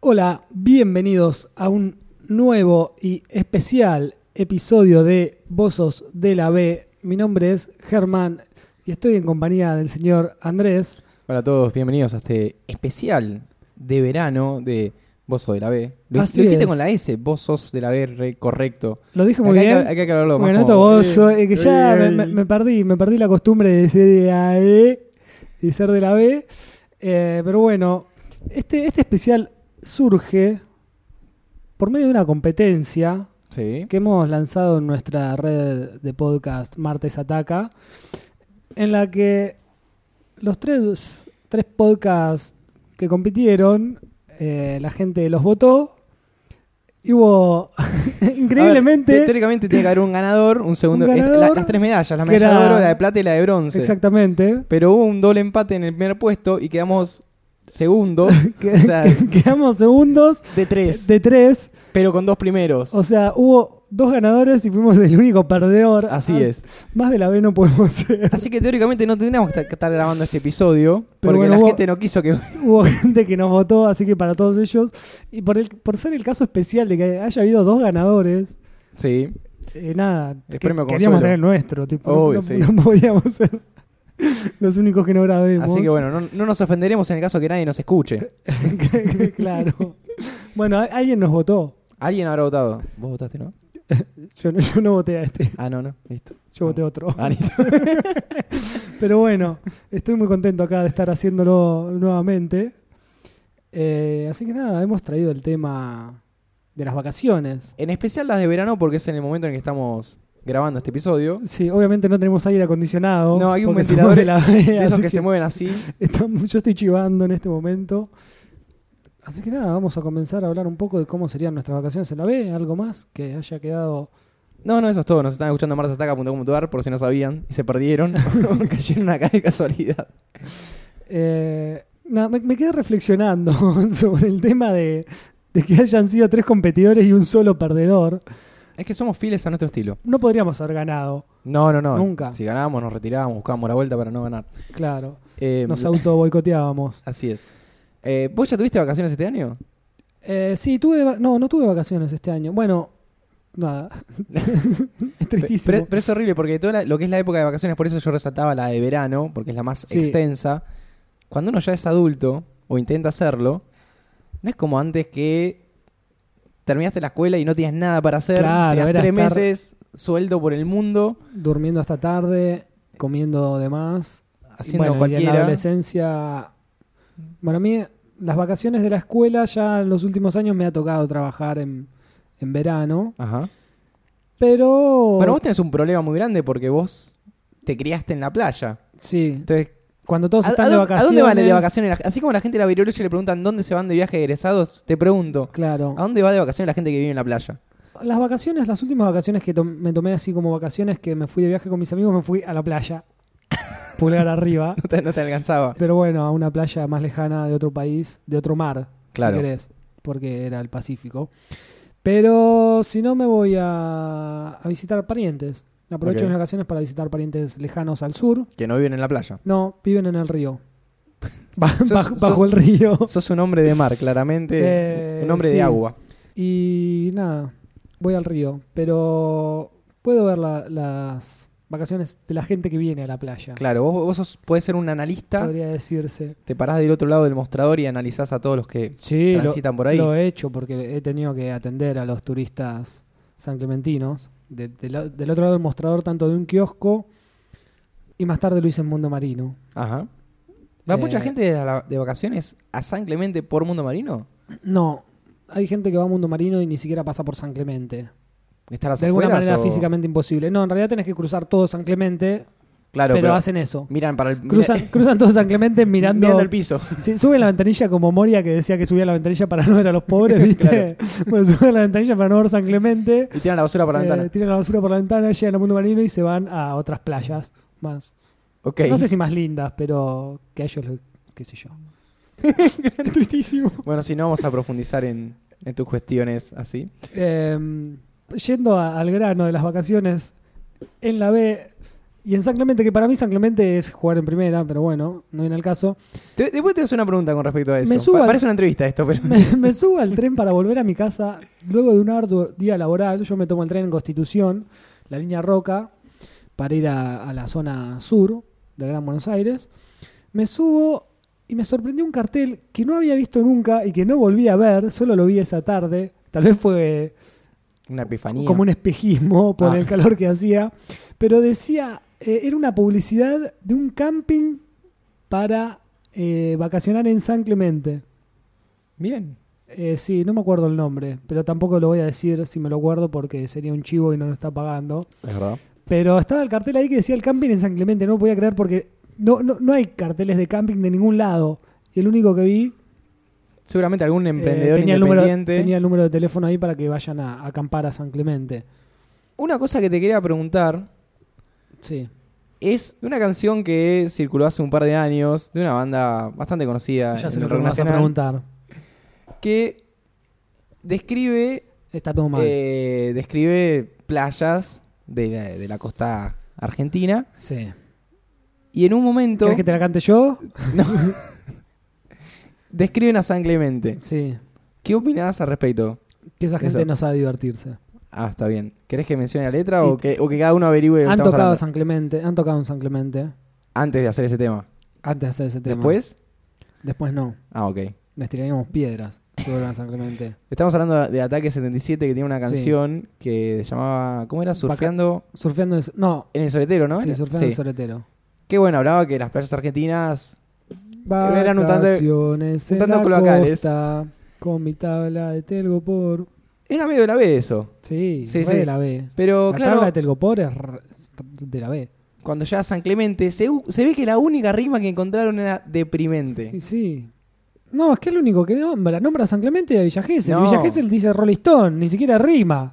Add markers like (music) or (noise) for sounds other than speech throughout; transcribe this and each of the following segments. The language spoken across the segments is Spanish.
Hola, bienvenidos a un nuevo y especial episodio de Bozos de la B. Mi nombre es Germán y estoy en compañía del señor Andrés. Hola a todos, bienvenidos a este especial de verano de Vos sos de la B. Lo, Así lo dijiste es. con la S, vos sos de la B, re correcto. Lo dije muy Acá hay bien. que- hay que aclararlo más Bueno, esto como- vos, sos- eh, que ya me, Ey. me- me perdí, me perdí la costumbre de decir de la E y ser de la B. Eh, pero bueno, este, este especial surge por medio de una competencia Sí. que hemos lanzado en nuestra red de podcast Martes Ataca, en la que los tres, tres podcasts que compitieron, eh, la gente los votó y hubo (laughs) A increíblemente... ver, teóricamente tiene que haber un ganador, un segundo. Un es- la- ganador, las tres medallas, la que medalla de era- oro, la de plata y la de bronce. Exactamente. Pero hubo un doble empate en el primer puesto y quedamos (laughs) segundos Que- O sea- que- quedamos segundos de tres, de tres. pero con dos primeros. O sea, hubo dos ganadores y fuimos el único perdedor. Así Más- es. Más de la B no podemos (laughs) ser. Así que teóricamente no tendríamos que estar grabando este episodio Pero porque bueno, la vos- gente no quiso que (laughs) Hubo (laughs) gente que nos votó, así que para todos ellos. Y por, el, por ser el caso especial de que haya habido dos ganadores, Sí. eh, nada, El que- premio queríamos consuelo. tener el nuestro. Tipo, Obvio, no, sí. (laughs) no podíamos ser (laughs) los únicos que no grabemos. Así que bueno, no, no nos ofenderemos en el caso que nadie nos escuche. (laughs) claro. Bueno, a- alguien nos votó. Alguien habrá votado. Vos votaste, ¿no? Yo, no- (laughs) yo no voté a este, Ah, no, no. Listo. yo voté a otro. (laughs) Ah, listo. Pero bueno, estoy muy contento acá de estar haciéndolo nuevamente. Eh, así que nada, hemos traído el tema de las vacaciones. En especial las de verano porque es en el momento en el que estamos grabando este (laughs) episodio. Sí, obviamente no tenemos aire acondicionado. No, hay un porque ventilador somos de la B, De esos así que, se mueven así. estamos- yo estoy chivando en este momento. Así que nada, vamos a comenzar a hablar un poco de cómo serían nuestras vacaciones en la B, algo más que haya quedado. No, no, eso es todo. Nos están escuchando en martasataca.com.ar por si no sabían y se (laughs) perdieron. O Cayeron acá de casualidad. Eh, nada, me, me quedé reflexionando (laughs) sobre el tema de, de que hayan sido tres competidores y un solo perdedor. Es que somos fieles a nuestro estilo. No podríamos haber ganado, No, no, no. Nunca. Si ganábamos, nos retirábamos, buscábamos la vuelta para no ganar. claro. Eh, Nos auto boicoteábamos. Así es. Eh, ¿Vos ya tuviste vacaciones este año? Eh, sí, tuve. va- No, no tuve vacaciones este año. Bueno, nada. (laughs) es tristísimo. Pero, pero es horrible porque toda la- lo que es la época de vacaciones, por eso yo resaltaba la de verano, porque es la más Sí. extensa. Cuando uno ya es adulto o intenta hacerlo, no es como antes que terminaste la escuela y no tenías nada para hacer. Claro, tenías era tres estar- meses, sueldo por el mundo, durmiendo hasta tarde, comiendo de más. bueno, y haciendo en la cualquiera. adolescencia. Bueno, a mí las vacaciones de la escuela ya en los últimos años me ha tocado trabajar en, en verano. Ajá. Pero. Pero vos tenés un problema muy grande porque vos te criaste en la playa. Sí, Entonces, cuando todos ¿a, están a de dó- vacaciones. a dónde van de vacaciones? La- Así como la gente de la virologia le preguntan dónde se van de viaje egresados, te pregunto, Claro. ¿a dónde va de vacaciones la gente que vive en la playa? Las vacaciones, las últimas vacaciones que tom- me tomé así como vacaciones que me fui de viaje con mis amigos, me fui a la (laughs) playa. Pulgar arriba. No te, no te alcanzaba. Pero bueno, a una playa más lejana de otro país, de otro mar, Claro. si querés, porque era el Pacífico. Pero si no, me voy a, a visitar parientes. Aprovecho Ok. mis vacaciones para visitar parientes lejanos al sur. Que no viven en la playa. No, viven en el río. Ba- Sos- bajo, sos- bajo el río. Sos un hombre de mar, claramente. Eh, un hombre sí. de agua. Y nada, voy al río. Pero puedo ver la- las vacaciones de la gente que viene a la playa. Claro, vos, vos sos- podés ser un analista, Podría decirse. te parás del otro lado del mostrador y analizás a todos los que Sí, lo, transitan por ahí. Lo he hecho porque he tenido que atender a los turistas sanclementinos de- de la- del otro lado del mostrador, tanto de un kiosco y más tarde lo hice en Mundo Marino. Ajá. ¿Va Eh, mucha gente a la- de vacaciones a San Clemente por Mundo Marino? No, hay gente que va a Mundo Marino y ni siquiera pasa por San Clemente. ¿Están las De alguna afueras manera o- físicamente imposible. No, en realidad tenés que cruzar todo San Clemente, Claro, pero, pero, hacen eso. miran para el... (laughs) Cruzan, cruzan todo San Clemente mirando, mirando el piso. (laughs) Sí, suben la ventanilla como Moria que decía que subía la ventanilla para no ver a los (laughs) pobres, ¿viste? Bueno, suben la ventanilla para no ver San Clemente. Y tiran la basura para la Eh, ventana. Tiran la basura por la ventana, llegan a Mundo Marino y se van a otras playas más. Ok. No sé si más lindas, pero que a ellos, lo- qué (laughs) sé yo. Tristísimo. Bueno, si no, vamos a profundizar en, en tus cuestiones así. Em, Eh, yendo a- al grano de las vacaciones, en la B Y en San Clemente, que para mí San Clemente es jugar en primera, pero bueno, no viene al caso. Te- después te voy a hacer una pregunta con respecto a eso. Me subo Pa- al- Parece una entrevista esto, pero. Me, me subo al tren para volver a mi casa luego de un arduo día laboral. Yo me tomo el tren en Constitución, la línea Roca, para ir a, a la zona sur del Gran Buenos Aires. Me subo y me sorprendió un cartel que no había visto nunca y que no volví a ver, solo lo vi esa tarde. Tal vez fue Una epifanía. como un em- espejismo por Ah. el calor que hacía, pero decía, eh, era una publicidad de un camping para eh, vacacionar en San Clemente. Bien. Eh, sí, no me acuerdo el nombre, pero tampoco lo voy a decir si me lo acuerdo porque sería un chivo y no lo está pagando. Es verdad. Pero estaba el cartel ahí que decía el camping en San Clemente, no lo podía creer porque no, no, no hay carteles de camping de ningún lado. Y el único que vi Seguramente algún eh, emprendedor tenía, el número, independiente. tenía el número de teléfono ahí para que vayan a, a acampar a San Clemente. Una cosa que te quería preguntar Sí. es de una canción que circuló hace un par de años de una banda bastante conocida Ya Ah, en se el lo rock vas a nacional, preguntar. que describe Está todo mal. eh, describe playas de la, de la costa argentina sí. y en un momento ¿Querés que te la cante yo? No. describen a San Clemente. Sí. ¿Qué opinás al respecto? Que esa gente Eso. no sabe divertirse. Ah, está bien. ¿Querés que mencione la letra o Y- que, o que cada uno averigüe de lo que Han estamos tocado hablando? San Clemente, han tocado en San Clemente antes de hacer ese tema? antes de hacer ese tema. ¿Después? Después no. Ah, ok. Les tiraríamos piedras si vuelven a San Clemente. Estamos hablando de Ataque 77 que tiene una Sí. canción que se llamaba, ¿cómo era? Surfeando Surfeando es. No, en el soletero, ¿no? sí, Era- surfeando sí. es soletero. Qué bueno, hablaba que las playas argentinas... eran un tanto- Vacaciones un en tanto la cloacales. costa, con mi tabla de telgopor. Era medio de la B eso. Sí, Sí, re sí. de la B. Pero la claro, tabla de telgopor es re- de la B. cuando llega a San Clemente, se, u- se ve que la única rima que encontraron era deprimente. Y sí. No, es que es lo único que nombra. Nombra a San Clemente y a Villa Gesell. No. Villa Gesell dice Rolling Stone, ni siquiera rima.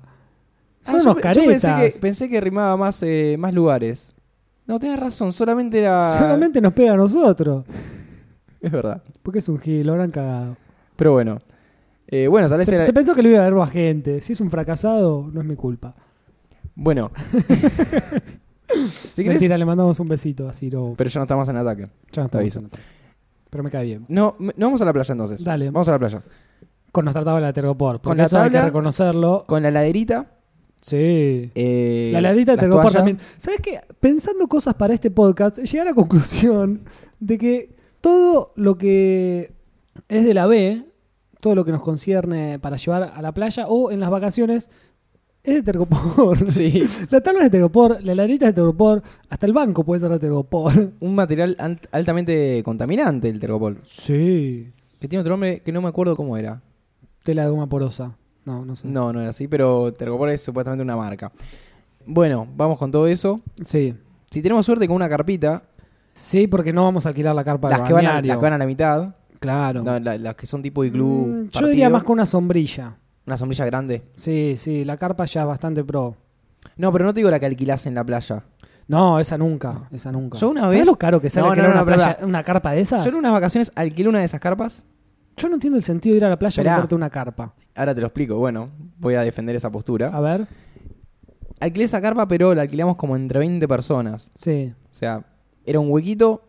Son Ah, yo unos pe- yo caretas. pensé, que, pensé que rimaba más, eh, más lugares. No, tenés razón, solamente era... Solamente nos pega a nosotros. (laughs) Es verdad. Porque es un gil, lo habrán cagado. Pero bueno. Eh, bueno, tal vez Se, era... se pensó que lo iba a ver más gente. Si es un fracasado, no es mi culpa. (laughs) Bueno. (laughs) si querés... Mentira, le mandamos un besito a Ciro. Pero ya no estamos en ataque. Ya no te aviso. estamos en- Pero me cae bien. No, m- no vamos a la playa entonces. Dale. Vamos a la playa. Con nuestra tabla de Tergopor. Con Con la eso hay tabla- que reconocerlo. Con la laderita. Sí. eh, la larita de las Tergopor toallas. también. ¿Sabes qué? Pensando cosas para este podcast, llegué a la conclusión de que todo lo que es de la B, todo lo que nos concierne para llevar a la playa o en las vacaciones, es de Tergopor. (laughs) Sí. (laughs) La tabla es de Tergopor, la larita es de Tergopor, hasta el banco puede ser de (laughs) Tergopor. Un material alt- altamente contaminante el tergopol. Sí. Que tiene otro nombre que no me acuerdo cómo era. Tela de goma porosa. No, no sé. No, no era así, pero tergopol es supuestamente una marca. Bueno, vamos con todo eso. Sí. Si tenemos suerte con una carpita, Sí, porque no vamos a alquilar la carpa las de que, van a, balneario. las que van a la mitad, Claro. no, la- las que son tipo Mm, iglú, Yo partido, diría más con una sombrilla. una sombrilla grande. Sí, sí, la carpa ya es bastante pro. No, pero no te digo la que alquilás en la playa. No, esa nunca, esa nunca. Yo una ¿Sabés vez- lo caro que sale No, que no, era no, una, pero playa- pará. una carpa de esas? Yo en unas vacaciones alquilé una de esas carpas. Yo no entiendo el sentido de ir a la playa y Esperá. comprarte una carpa. Ahora te lo explico, bueno, voy a defender esa postura. A ver, Alquilé esa carpa, pero la alquilamos como entre 20 personas. sí. O sea, era un huequito.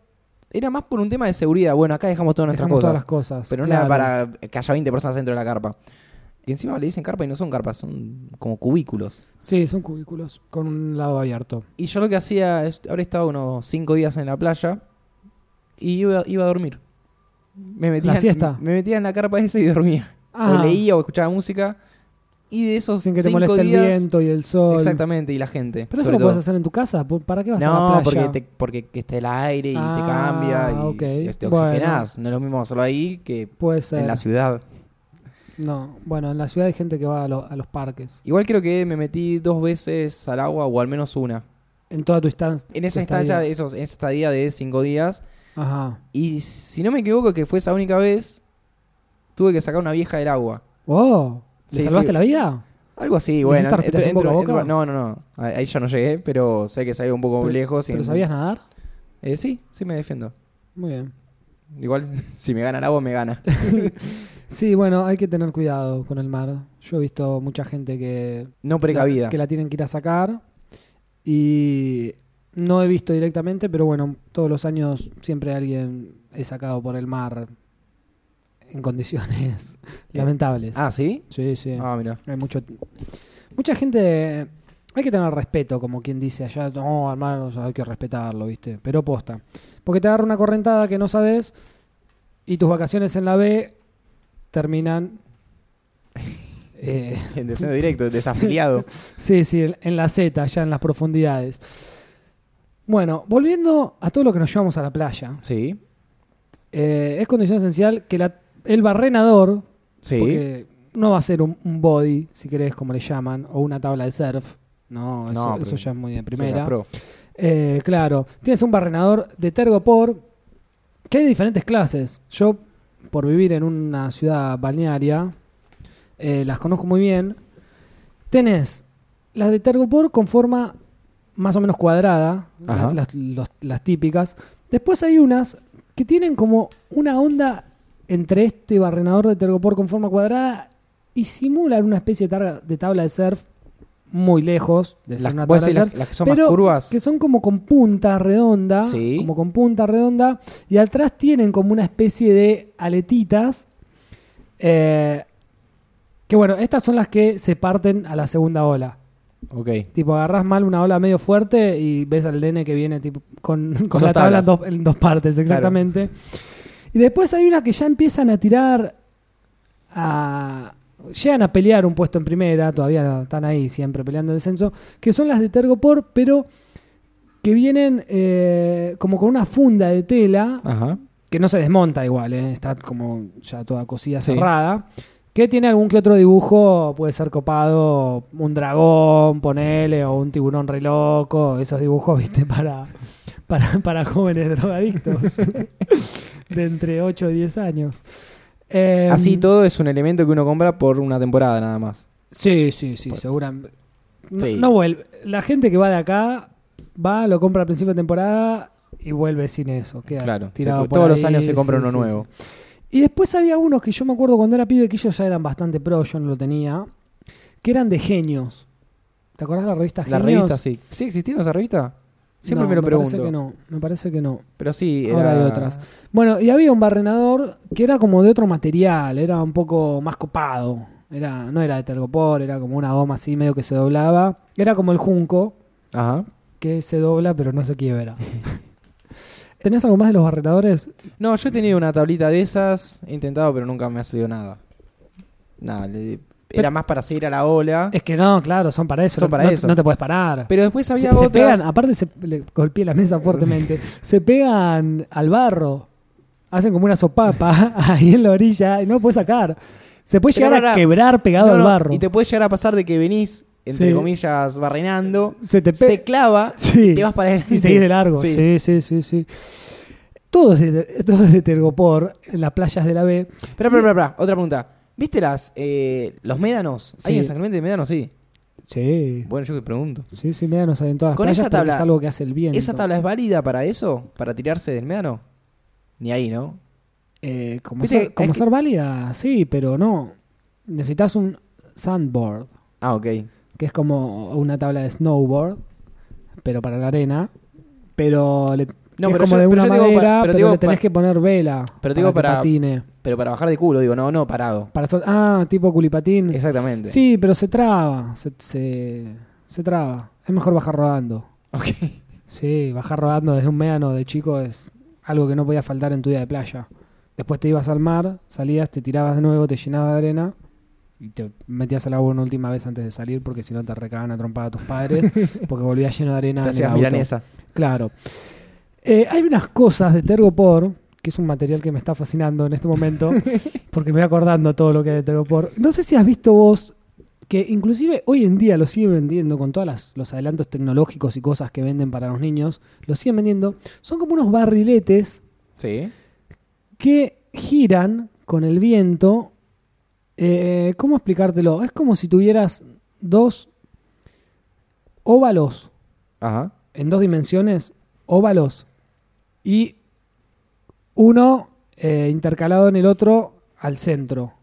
Era más por un tema de seguridad. Bueno, acá dejamos todas nuestras Dejamos todas las cosas. cosas. pero claro. no era para que haya 20 personas dentro de la carpa. Y encima le dicen carpa y no son carpas, son como cubículos. Sí, son cubículos con un lado abierto. Y yo lo que hacía, es, habré estado unos 5 días en la playa y iba, iba a dormir. Me metía, ¿La siesta? Ah. Me metía en la carpa esa y dormía. O leía o escuchaba música. Y de esos sin que te cinco moleste días, el viento y el sol. Exactamente, y la gente. Pero eso sobre lo puedes todo. hacer en tu casa. ¿Por- ¿Para qué vas a No, la playa? porque, te- porque que esté el aire y te Ah, cambia y ok. y te Bueno. oxigenás. No es lo mismo hacerlo ahí que Puede ser. en la ciudad. No, bueno, en la ciudad hay gente que va a, lo- a los parques. Igual creo que me metí dos veces al agua o al menos una. En toda tu instancia. En esa instancia, esos, esa estadía de cinco días. Ajá. Y si no me equivoco, que fue esa única vez, tuve que sacar una vieja del agua. ¡Wow! Oh, ¿Le Sí, salvaste sí. la vida? Algo así, ¿Hiciste bueno. ent- respiración boca a boca? no, no, no. Ahí ahí ya no llegué, pero sé que salí un poco Pero- lejos. y- ¿Pero sabías nadar? Eh, sí, sí me defiendo. Muy bien. Igual, (laughs) si me gana el agua, me gana. Sí, bueno, hay que tener cuidado con el mar. Yo he visto (laughs) mucha gente que, No precavida. que la tienen que ir a sacar y No he visto directamente, pero bueno, todos los años siempre alguien es sacado por el mar en condiciones (laughs) lamentables. Ah, ¿sí? sí, sí. Ah, mira. Hay mucho, mucha gente. Hay que tener respeto, como quien dice allá, no, hermanos, hay que respetarlo, ¿viste? Pero posta. Porque te agarra una correntada que no sabes y tus vacaciones en la B terminan. (laughs) eh, En descenso directo, desafiliado. Sí, sí, en- en la Z, allá en las profundidades. Bueno, volviendo a todo lo que nos llevamos a la playa, (laughs) Sí, eh, es condición esencial que la- el barrenador, sí. porque no va a ser un, un body, si querés, como le llaman, o una tabla de surf, no, eso, No, pero- eso ya es muy de Soy la primera. pro. Eh, claro, tienes un barrenador de Tergopor, que hay diferentes clases. Yo, por vivir en una ciudad balnearia, eh, las conozco muy bien. Tenés las de Tergopor con forma más o menos cuadrada, la- Ajá. las, los- las típicas. Después hay unas que tienen como una onda entre este barrenador de Tergopor con forma cuadrada y simulan una especie de, targa- de tabla de surf muy lejos de ser Las, una vos tabla de decís surf las, las que son pero más curvas. que son como con punta redonda, Sí. como con punta redonda, y atrás tienen como una especie de aletitas, eh, que bueno, estas son las que se parten a la segunda ola. Ok. Tipo, agarrás mal una ola medio fuerte y ves al nene que viene tipo, con, (laughs) con Con la dos tabla en tablas. dos, en dos partes, exactamente. Y después hay unas que ya empiezan a tirar a... Llegan a pelear un puesto en primera, todavía están ahí siempre peleando el descenso, que son las de Tergopor, pero que vienen eh, como con una funda de tela Ajá. que no se desmonta igual, ¿eh? está como ya toda cosida Sí. cerrada. Que tiene algún que otro dibujo, puede ser copado, un dragón, ponele, o un tiburón re loco, esos dibujos, (laughs) viste, para, para, para jóvenes (laughs) drogadictos de entre 8 y 10 años. Eh, Así todo es un elemento que uno compra por una temporada nada más. Sí, sí, sí, Por- seguramente. No, Sí. no vuelve. La gente que va de acá va, lo compra al principio de temporada y vuelve sin eso. queda Claro. Se- tirado por todos los ahí, años se compra sí, uno sí, nuevo. Y después había unos que yo me acuerdo cuando era pibe que ellos ya eran bastante pro, yo no lo tenía, que eran de genios. ¿Te acordás de la revista La Genios? revista, sí. ¿Sigue existiendo esa revista? Siempre No, me lo pregunto. Parece que no, me parece que no. Pero sí, era... Ahora hay otras. Bueno, y había un barrenador que era como de otro material, era un poco más copado. Era, no era de tergopor, era como una goma así medio que se doblaba. Era como el junco, Ajá. que se dobla pero no se (laughs) quiebra. ¿Tenés algo más de los barrenadores? No, yo he tenido una tablita de esas, he intentado, pero nunca me ha salido nada. Nada, le- era más para seguir a la ola. Es que no, claro, son para eso. Son no, para no- eso. no te puedes parar. Pero después Se, había se otras. pegan, aparte se le golpeé la mesa fuertemente, se pegan al barro, hacen como una sopapa (laughs) ahí en la orilla y no lo puedes sacar. Se puede Pero llegar a pará. quebrar pegado No, al no, barro. Y te puede llegar a pasar de que venís, entre Sí. comillas, barrenando, Se te pe- se clava (laughs) Sí. y te vas para adelante. y seguís de largo. Sí. Sí, sí, sí, sí. Todo es de, todo es de Tergopor, en las playas de la B. Espera, espera, espera, espera, otra pregunta. ¿Viste las, eh, los médanos? Sí. ¿Hay en San Clemente de médanos? Sí. Sí. Bueno, yo que pregunto. Sí, sí, mira, nos en todas las Con playas esa porque tabla- es algo que hace el viento. ¿Esa tabla es válida para eso? ¿Para tirarse del médano? Ni ahí, ¿no? Eh, como Viste, ser, como es que- ser válida, sí, pero no. Necesitas un sandboard. Ah, ok. que es como una tabla de snowboard, pero para la arena. Pero le- No, es pero como yo- de pero una yo digo madera, para- pero, pero digo le tenés para- que poner vela pero digo que para- patine. Pero para bajar de culo, digo, no, no, parado. Para sol- ah, tipo culipatín. Exactamente. Sí, pero se traba, se, se, se traba. Es mejor bajar rodando. Ok. Sí, bajar rodando desde un médano de chico es algo que no podía faltar en tu día de playa. Después te ibas al mar, salías, te tirabas de nuevo, te llenabas de arena y te metías al agua una última vez antes de salir porque si no te recaban a trompada tus padres (laughs) porque volvías lleno de arena. en Te el hacías auto. milanesa. Claro. Eh, hay unas cosas de Tergopor, que es un material que me está fascinando en este momento, porque me voy acordando todo lo que hay de Tergopor. No sé si has visto vos que inclusive hoy en día lo siguen vendiendo con todos los adelantos tecnológicos y cosas que venden para los niños, lo siguen vendiendo. Son como unos barriletes Sí. que giran con el viento. Eh, ¿Cómo explicártelo? Es como si tuvieras dos óvalos Ajá. en dos dimensiones, óvalos, y uno eh, intercalado en el otro al centro,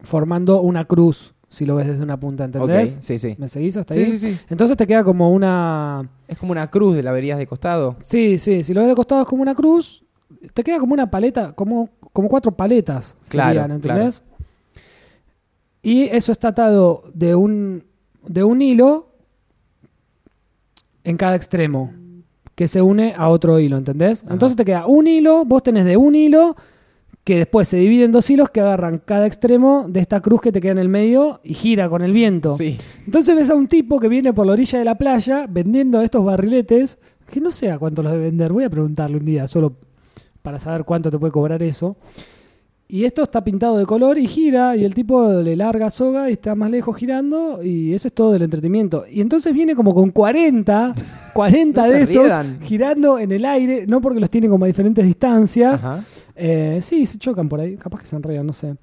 formando una cruz si lo ves desde una punta, Ok, ¿entendés? sí, sí. ¿Me seguís hasta Sí, ahí? sí, sí. Entonces te queda como una... Es como una cruz de la verías de costado. Sí, sí, si lo ves de costado es como una cruz, te queda como una paleta, como, como cuatro paletas Claro, serían, ¿entendés? Y eso está atado de un, de un hilo en cada extremo que se une a otro hilo, ¿entendés? Ajá. Entonces te queda un hilo, vos tenés de un hilo que después se divide en dos hilos que agarran cada extremo de esta cruz que te queda en el medio y gira con el viento. Sí. Entonces ves a un tipo que viene por la orilla de la playa vendiendo estos barriletes, que no sé a cuánto los debe vender, voy a preguntarle un día, solo para saber cuánto te puede cobrar eso. Y esto está pintado de color y gira, y el tipo le larga soga y está más lejos girando, y eso es todo el entretenimiento. Y entonces viene como con (laughs) 40, 40 No se de esos riedan. girando en el aire, no porque los tiene como a diferentes distancias, Ajá. eh, sí, se chocan por ahí, capaz que se enredan, no sé.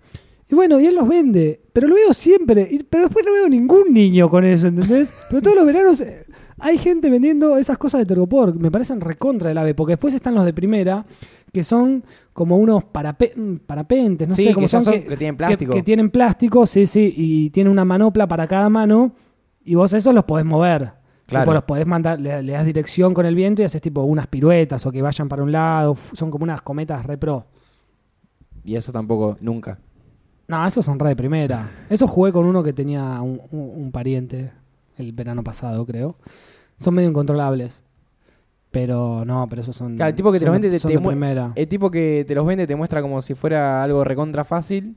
Y bueno, y él los vende, pero lo veo siempre, y- pero después no veo ningún niño con eso, (laughs) ¿entendés? Pero todos los veranos eh, hay gente vendiendo esas cosas de Tergopor, me parecen recontra del ave, porque después están los de primera, que son como unos parape- mm, parapentes, no sí, sé que cómo ya son, son, que- que, tienen que, plástico. que tienen plástico, sí, sí, y tienen una manopla para cada mano, y vos esos los podés mover. Claro. Tipo, los podés mandar, le, le das dirección con el viento y haces tipo unas piruetas o que vayan para un lado, f- son como unas cometas re pro. Y eso tampoco, nunca. No, esos son re de primera. (laughs) Eso jugué con uno que tenía un, un- un pariente el verano pasado, creo. Son medio incontrolables. Pero no, pero esos son. Claro, el tipo que te son los de- vende te- son te de mue- eh, primera. El tipo que te los vende te muestra como si fuera algo recontra fácil.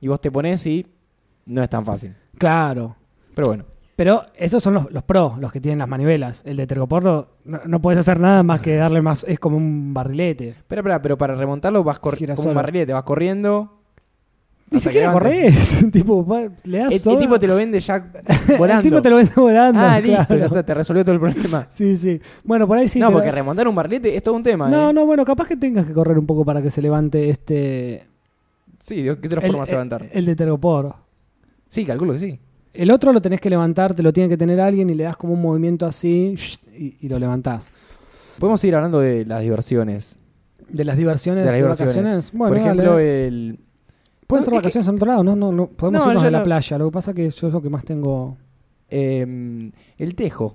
Y vos te pones y no es tan fácil. Claro. Pero bueno. Pero esos son los, los pros, los que tienen las manivelas. El de Tergoporro no, no puedes hacer nada más que darle más. Es como un barrilete. Espera, espera, pero para remontarlo vas Gira corriendo. Como solo. un barrilete, vas corriendo. Ni hasta que siquiera levante. corres. (laughs) tipo, va- le das El, el soga. tipo te lo vende ya (laughs) El volando. tipo te lo vende volando. ah, listo, claro. ya está, te resolvió todo el problema. Sí, sí. Bueno, por ahí sí. no, te- porque remontar un barrilete es todo un tema. no, ¿eh? no, bueno, capaz que tengas que correr un poco para que se levante este. Sí, ¿de qué otra el- eh, forma se el- levantar? El de Tergopor. sí, calculo que sí. El otro lo tenés que levantar, te lo tiene que tener alguien y le das como un movimiento así shh, y, y lo levantás. Podemos seguir hablando de las diversiones. ¿De las diversiones de, De las diversiones. vacaciones? Bueno, Por ejemplo, dale. el. Pueden ser es que- vacaciones en otro lado, ¿no? no, no podemos No, irnos yo de la no- playa. Lo que pasa que yo es lo que más tengo. em, el tejo.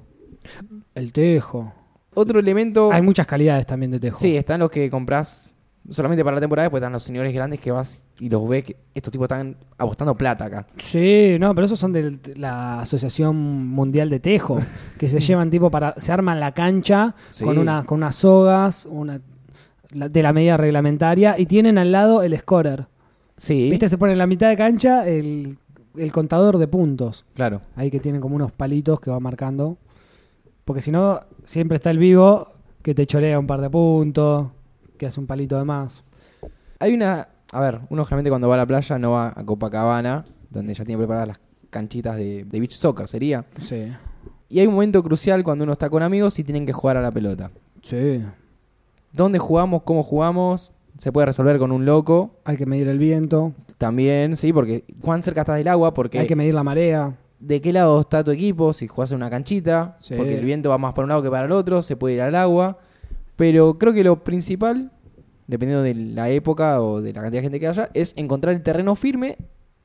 El tejo. Otro elemento. Hay muchas calidades también de tejo. Oh. Sí, están los que compras solamente para la temporada, después están los señores grandes que vas y los ves que estos tipos están apostando plata acá. Sí, no, pero esos son de la Asociación Mundial de Tejo, que se llevan tipo para. se arman la cancha Sí. con, una, con unas sogas, una la- de la medida reglamentaria, y tienen al lado el scorer. Sí, Viste, se pone en la mitad de cancha el, el contador de puntos. claro. Ahí que tienen como unos palitos que va marcando. Porque si no, siempre está el vivo que te chorea un par de puntos, que hace un palito de más. Hay una. A ver, uno generalmente cuando va a la playa no va a Copacabana, donde ya tiene preparadas las canchitas de, de beach soccer, sería. Sí. Y hay un momento crucial cuando uno está con amigos y tienen que jugar a la pelota. Sí. ¿Dónde jugamos? ¿Cómo jugamos? Se puede resolver con un loco Hay que medir el viento, también, ¿sí? Porque cuán cerca estás del agua, porque hay que medir la marea. de qué lado está tu equipo, si jugás en una canchita, Sí. porque el viento va más para un lado que para el otro, se puede ir al agua. Pero creo que lo principal, dependiendo de la época o de la cantidad de gente que haya, es encontrar el terreno firme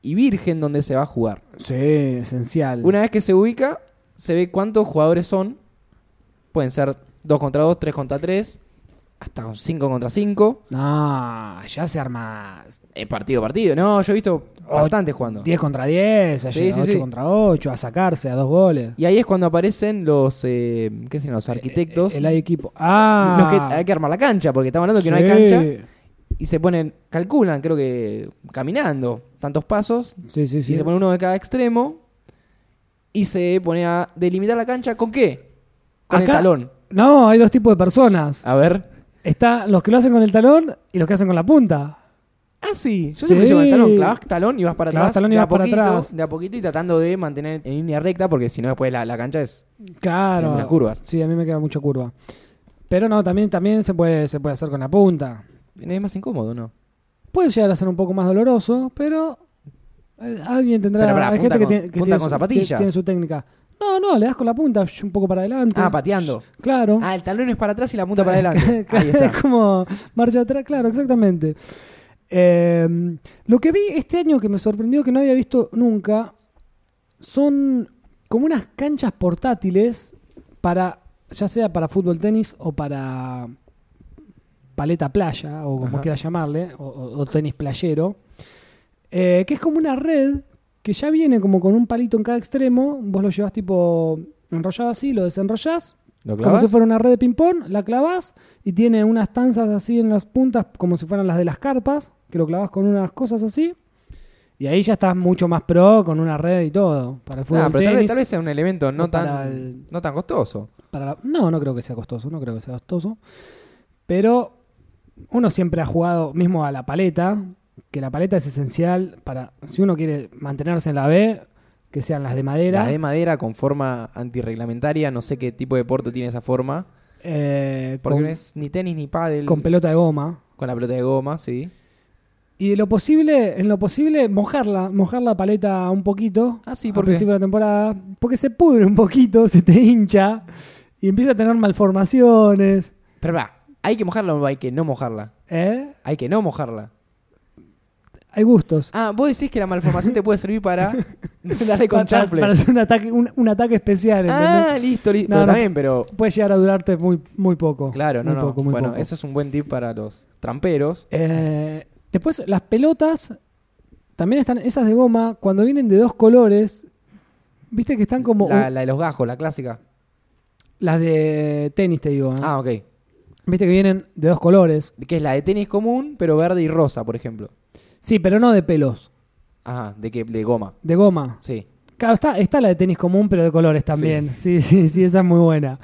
y virgen donde se va a jugar. Sí, esencial. Una vez que se ubica, se ve cuántos jugadores son. Pueden ser 2 contra 2, 3 contra 3, hasta 5 contra 5. No, ya se arma Eh, partido a partido. No, yo he visto O- bastante jugando. 10 contra 10, Sí, llega sí, 8 sí. contra 8, a sacarse a dos goles. Y ahí es cuando aparecen los, eh, ¿qué serán? Los arquitectos. eh, El, el equipo. Ah, Los que hay que armar la cancha, porque estamos hablando que no hay Sí. cancha. Y se ponen, calculan, creo que caminando tantos pasos. Sí, sí, sí. Y se pone uno de cada extremo. Y se pone a delimitar la cancha con qué? Con el Acá- talón. No, hay dos tipos de personas. A ver. Están los que lo hacen con el talón y los que hacen con la punta. Ah, sí. Yo Sí. siempre hice con el talón. Clavas talón y vas para Clavás atrás. talón y de a vas para poquito, atrás. De a poquito y tratando de mantener en línea recta, porque si no, después la, la cancha es. Claro. Tiene muchas curvas. Sí, a mí me queda mucha curva. Pero no, también, también se, puede, se puede hacer con la punta. Es más incómodo, ¿no? Puede llegar a ser un poco más doloroso, pero eh, alguien tendrá. Pero, pero, hay punta gente que con- tiene, que punta tiene con su- zapatillas. tiene- tiene su técnica. No, no, le das con la punta sh, un poco para adelante. Ah, pateando. Claro. (laughs) Ah, el talón es para atrás y la punta para adelante. Ahí es está. como marcha atrás, claro, exactamente. Eh, lo que vi este año que me sorprendió que no había visto nunca son como unas canchas portátiles para, ya sea para fútbol, tenis o para paleta playa o como Ajá. quiera llamarle, o, o- o tenis playero, eh, que es como una red que ya viene como con un palito en cada extremo, vos lo llevas tipo enrollado así, lo desenrollás ¿Lo como clavas? si fuera una red de ping-pong, la clavas y tiene unas tanzas así en las puntas, como si fueran las de las carpas, que lo clavas con unas cosas así. Y ahí ya estás mucho más pro con una red y todo. Para el fútbol, Ah, pero tal vez, tenis, tal vez sea un elemento no o para tan, el- no tan costoso. para la- No, no creo que sea costoso, no creo que sea costoso. Pero uno siempre ha jugado mismo a la paleta, que la paleta es esencial para, si uno quiere mantenerse en la B, que sean las de madera. Las de madera con forma antirreglamentaria, no sé qué tipo de deporte tiene esa forma. eh, Porque con- no es ni tenis ni pádel. con pelota de goma. con la pelota de goma, sí. Y de lo posible, en lo posible, mojarla, mojar la paleta un poquito. Ah, sí, al ¿por qué? principio de la temporada. Porque se pudre un poquito, (laughs) se te hincha. Y empieza a tener malformaciones. Pero va, ¿hay que mojarla o hay que no mojarla? ¿eh? Hay que no mojarla. Hay gustos. Ah, vos decís que la malformación te puede (laughs) servir para (laughs) darle con Pa- pa- chanfle. para hacer un ataque, un, un ataque especial, ¿entendés? Ah, listo, listo. No, pero no. también, pero. Puede llegar a durarte muy, muy poco. Claro, no, muy no. Poco, muy bueno, poco. eso es un buen tip para los tramperos. Eh, después, las pelotas. También están esas de goma. Cuando vienen de dos colores. Viste que están como. la, un- la de los gajos, la clásica. las de tenis, te digo. ¿eh? Ah, ok. Viste que vienen de dos colores. Que es la de tenis común, pero verde y rosa, por ejemplo. Sí, pero no de pelos, Ajá, de que de goma. de goma. Sí. Claro, está, está la de tenis común, pero de colores también. Sí, (laughs) sí, sí, esa es muy buena.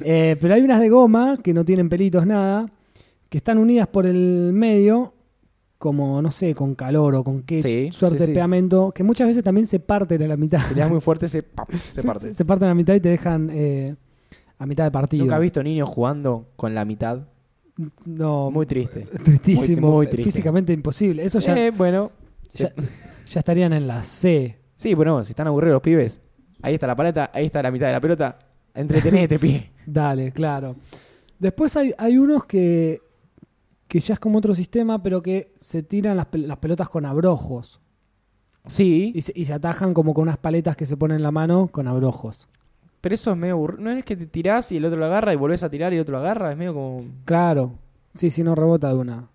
Eh, pero hay unas de goma que no tienen pelitos, nada, que están unidas por el medio, como no sé, con calor o con qué Sí, suerte sí, sí. de pegamento, que muchas veces también se parten a la mitad. Si le (laughs) das muy fuerte, se, pam, se parte. Se, parten a la mitad y te dejan eh, a mitad de partido. Nunca he visto niños jugando con la mitad. (laughs) No, Muy triste. tristísimo. muy triste. Físicamente imposible. Eso ya, Eh, bueno. se- ya- ya estarían en la C. Sí, bueno, si están aburridos los pibes. Ahí está la paleta, ahí está la mitad de la pelota. (laughs) Entretenete, pibe. Dale, claro. Después hay, hay unos que, que ya es como otro sistema, pero que se tiran las, pel- las pelotas con abrojos. Sí, Y se, y se atajan como con unas paletas que se ponen en la mano con abrojos. pero eso es medio aburrido. No es que te tirás y el otro lo agarra y volvés a tirar y el otro lo agarra. Es medio como. Claro. Sí, sí, no rebota de una.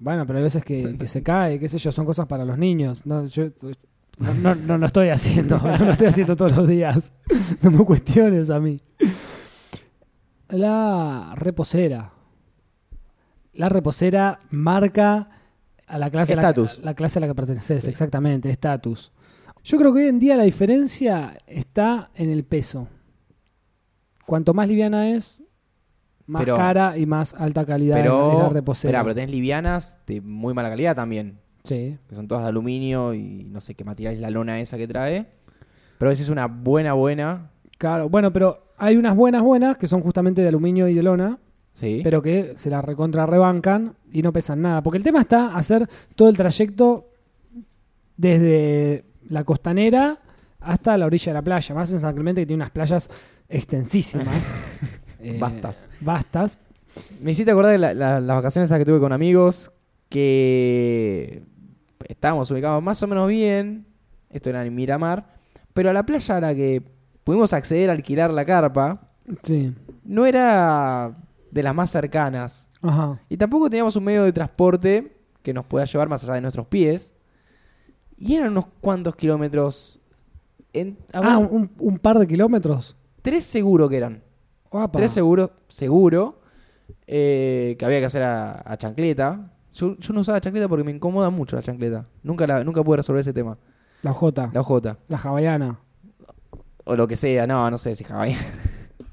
Bueno, pero hay veces que, que se cae, qué sé yo, son cosas para los niños. No, yo no, no, no lo estoy haciendo, (laughs) no lo estoy haciendo todos los días. (laughs) No me cuestiones a mí. La reposera. La reposera marca a la clase, a la, Estatus. a la clase a la que perteneces, Sí. exactamente, estatus. Yo creo que hoy en día la diferencia está en el peso. Cuanto más liviana es, más Pero- cara y más alta calidad es la- es Pero. la reposera. Esperá, pero tenés livianas de muy mala calidad también. Sí. Que son todas de aluminio y no sé qué material es la lona esa que trae. Pero a veces una buena, buena. Claro, bueno, pero hay unas buenas buenas que son justamente de aluminio y de lona, Sí. pero que se las recontra rebancan y no pesan nada. Porque el tema está hacer todo el trayecto desde la costanera hasta la orilla de la playa. Más en San Clemente que tiene unas playas extensísimas. (laughs) Eh, Vastas. Vastas. Me hiciste acordar de la- la- las vacaciones esas que tuve con amigos que estábamos ubicados más o menos bien. Esto era en Miramar. Pero a la playa a la que pudimos acceder a alquilar la carpa Sí. no era de las más cercanas. Ajá. Y tampoco teníamos un medio de transporte que nos pueda llevar más allá de nuestros pies. Y eran unos cuantos kilómetros. En, a Ah, ver, un, un par de kilómetros. tres seguro que eran. Guapa. Tres seguro, seguro, eh, que había que hacer a, a chancleta. Yo, yo no usaba chancleta porque me incomoda mucho la chancleta. Nunca, la, nunca pude resolver ese tema. La J. La OJ. La hawaiana. O lo que sea, no, no sé si jabay. (laughs)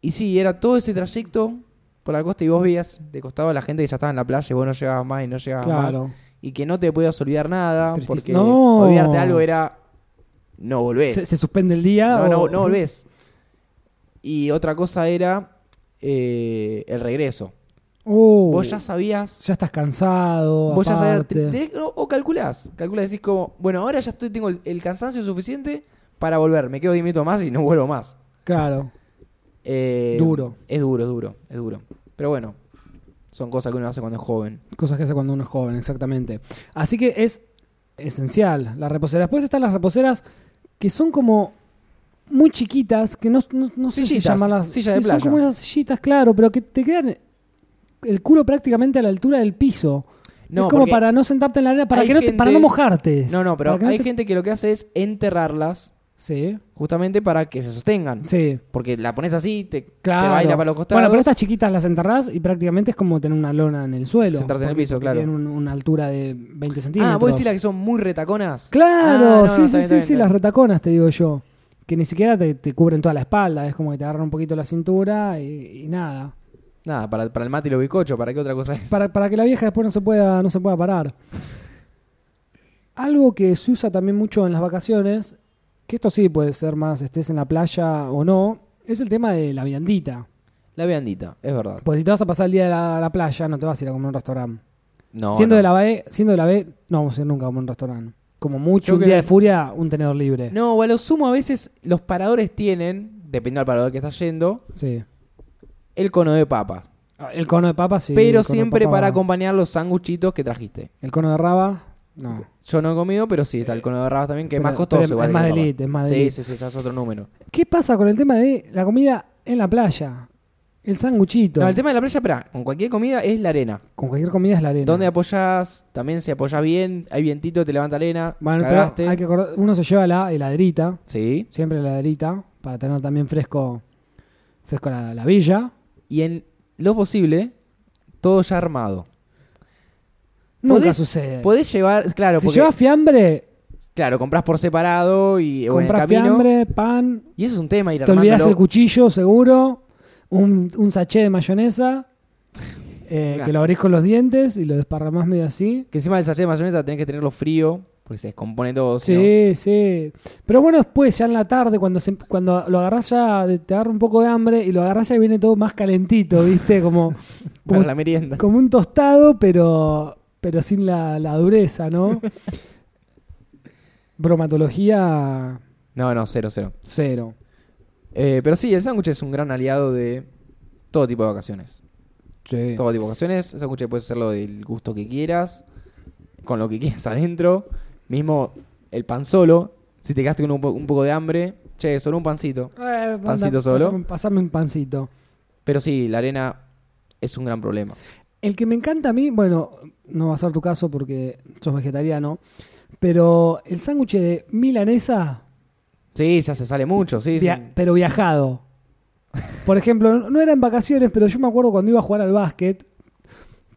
y sí, era todo ese trayecto por la costa y vos veías de costado a la gente que ya estaba en la playa y vos no llegabas más y no llegabas más. Claro. Y que no te podías olvidar nada Tristis- porque No. olvidarte algo era no volvés. Se, se suspende el día. No, o- no, no volvés. Y otra cosa era eh, el regreso. Uh, Vos ya sabías. ya estás cansado. Vos ya sabías. aparte. te- te- o, o calculás. Calculás, decís como, bueno, ahora ya estoy, tengo el, el cansancio suficiente para volver. Me quedo 10 minutos más y no vuelvo más. Claro. Eh, Duro. Es duro, es duro, es duro. Pero bueno, Son cosas que uno hace cuando es joven. Cosas que hace cuando uno es joven, exactamente. Así que es esencial la reposera. Después están las reposeras que son como muy chiquitas, que no, no, no sé si Sillitas, llamarlas. silla de playa. Son como unas sillitas, claro, pero que te quedan el culo prácticamente a la altura del piso. No, es como porque- para no sentarte en la arena, para, hay que no, te- para no gente- mojarte. No, no, pero Para que no hay te- gente que lo que hace es enterrarlas Sí, justamente para que se sostengan. sí, Porque la pones así, te, te claro. baila para los costados. Bueno, pero estas chiquitas las enterrás y prácticamente es como tener una lona en el suelo. Sentarse en el porque- piso, porque claro. Tienen un- una altura de 20 centímetros. ah, vos decís las que son muy retaconas. Claro, Ah, no, sí, no, sí, está sí, bien, está bien, sí, está las bien. retaconas, te digo yo. Que ni siquiera te, te cubren toda la espalda, es como que te agarran un poquito la cintura y, y nada. Nada, para, para el mate y los bizcochos, ¿para qué otra cosa es? Para, para que la vieja después no se pueda, no se pueda parar. Algo que se usa también mucho en las vacaciones, que esto sí puede ser más estés en la playa o no, es el tema de la viandita. La viandita, es verdad. Porque si te vas a pasar el día de la, a la playa, no te vas a ir a comer a un restaurante. No, siendo, no. De la BAE, siendo de la B, no vamos a ir nunca a comer a un restaurante. Como mucho, Yo un que- día de furia, un tenedor libre. No, o a lo sumo a veces los paradores tienen, dependiendo del parador que estás yendo, Sí. el el cono de papas. cono de papa, sí. pero el cono de siempre papa para va. acompañar los sanguchitos que trajiste. El cono de raba, no. Eh, Yo no he comido, pero sí, está el cono de rabas también, que es Pero- más costoso. pero es- igual es que más el de papas. elite, es más de Sí, elite. sí, sí, ya es otro número. ¿Qué pasa con el tema de la comida en la playa? El sanguchito. No, el tema de la playa, espera, con cualquier comida es la arena. Con cualquier comida es la arena. ¿Dónde apoyás? También si apoyás bien, hay vientito, te levanta arena, Bueno, pero cagaste. hay que acordar- uno se lleva la heladerita, Sí. siempre la heladerita, para tener también fresco fresco la, la villa. Y en lo posible, todo ya armado. Nunca Podés- sucede. Podés llevar, claro, si porque, llevas fiambre, claro, comprás por separado y o en el compras camino. fiambre, pan, Y eso es un tema, ir te olvidas el armándolo. cuchillo seguro, un, un sachet de mayonesa, eh, Gasto. que lo abrís con los dientes y lo desparramás medio así. Que encima del sachet de mayonesa tenés que tenerlo frío, porque se descompone todo. si no- Sí, sí. Pero bueno, después, ya en la tarde, cuando se- cuando lo agarras ya, de- te agarra un poco de hambre y lo agarras ya y viene todo más calentito, ¿viste? Como, (laughs) para como, la merienda. como un tostado, pero, pero sin la, la dureza, (laughs) ¿no? Bromatología No, no, cero, cero. cero. Eh, pero sí, el sándwich es un gran aliado de todo tipo de vacaciones. Sí. Todo tipo de vacaciones. El sándwich puedes hacerlo del gusto que quieras, con lo que quieras adentro. Mismo el pan solo. Si te quedaste con un, po- un poco de hambre, che, solo un pancito. Pancito solo. Pasame, pasame Eh, un pancito. Pero sí, la arena es un gran problema. El que me encanta a mí, bueno, no va a ser tu caso porque sos vegetariano, pero el sándwich de milanesa Sí, se hace, sale mucho, sí. Via- sí. pero viajado. Por ejemplo, no- no eran vacaciones, pero yo me acuerdo cuando iba a jugar al básquet,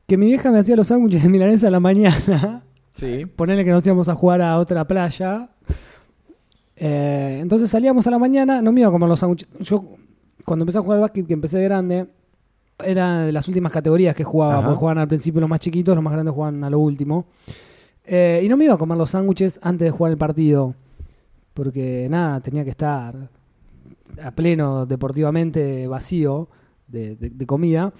que mi vieja me hacía los sándwiches de milanesa a la mañana, Sí. ponerle que nos íbamos a jugar a otra playa. Eh, entonces salíamos a la mañana, no me iba a comer los sándwiches. Yo, cuando empecé a jugar al básquet, que empecé de grande, era de las últimas categorías que jugaba, Ajá. porque jugaban al principio los más chiquitos, los más grandes jugaban a lo último. Eh, y no me iba a comer los sándwiches antes de jugar el partido, porque nada, tenía que estar a pleno deportivamente vacío de, de- de comida.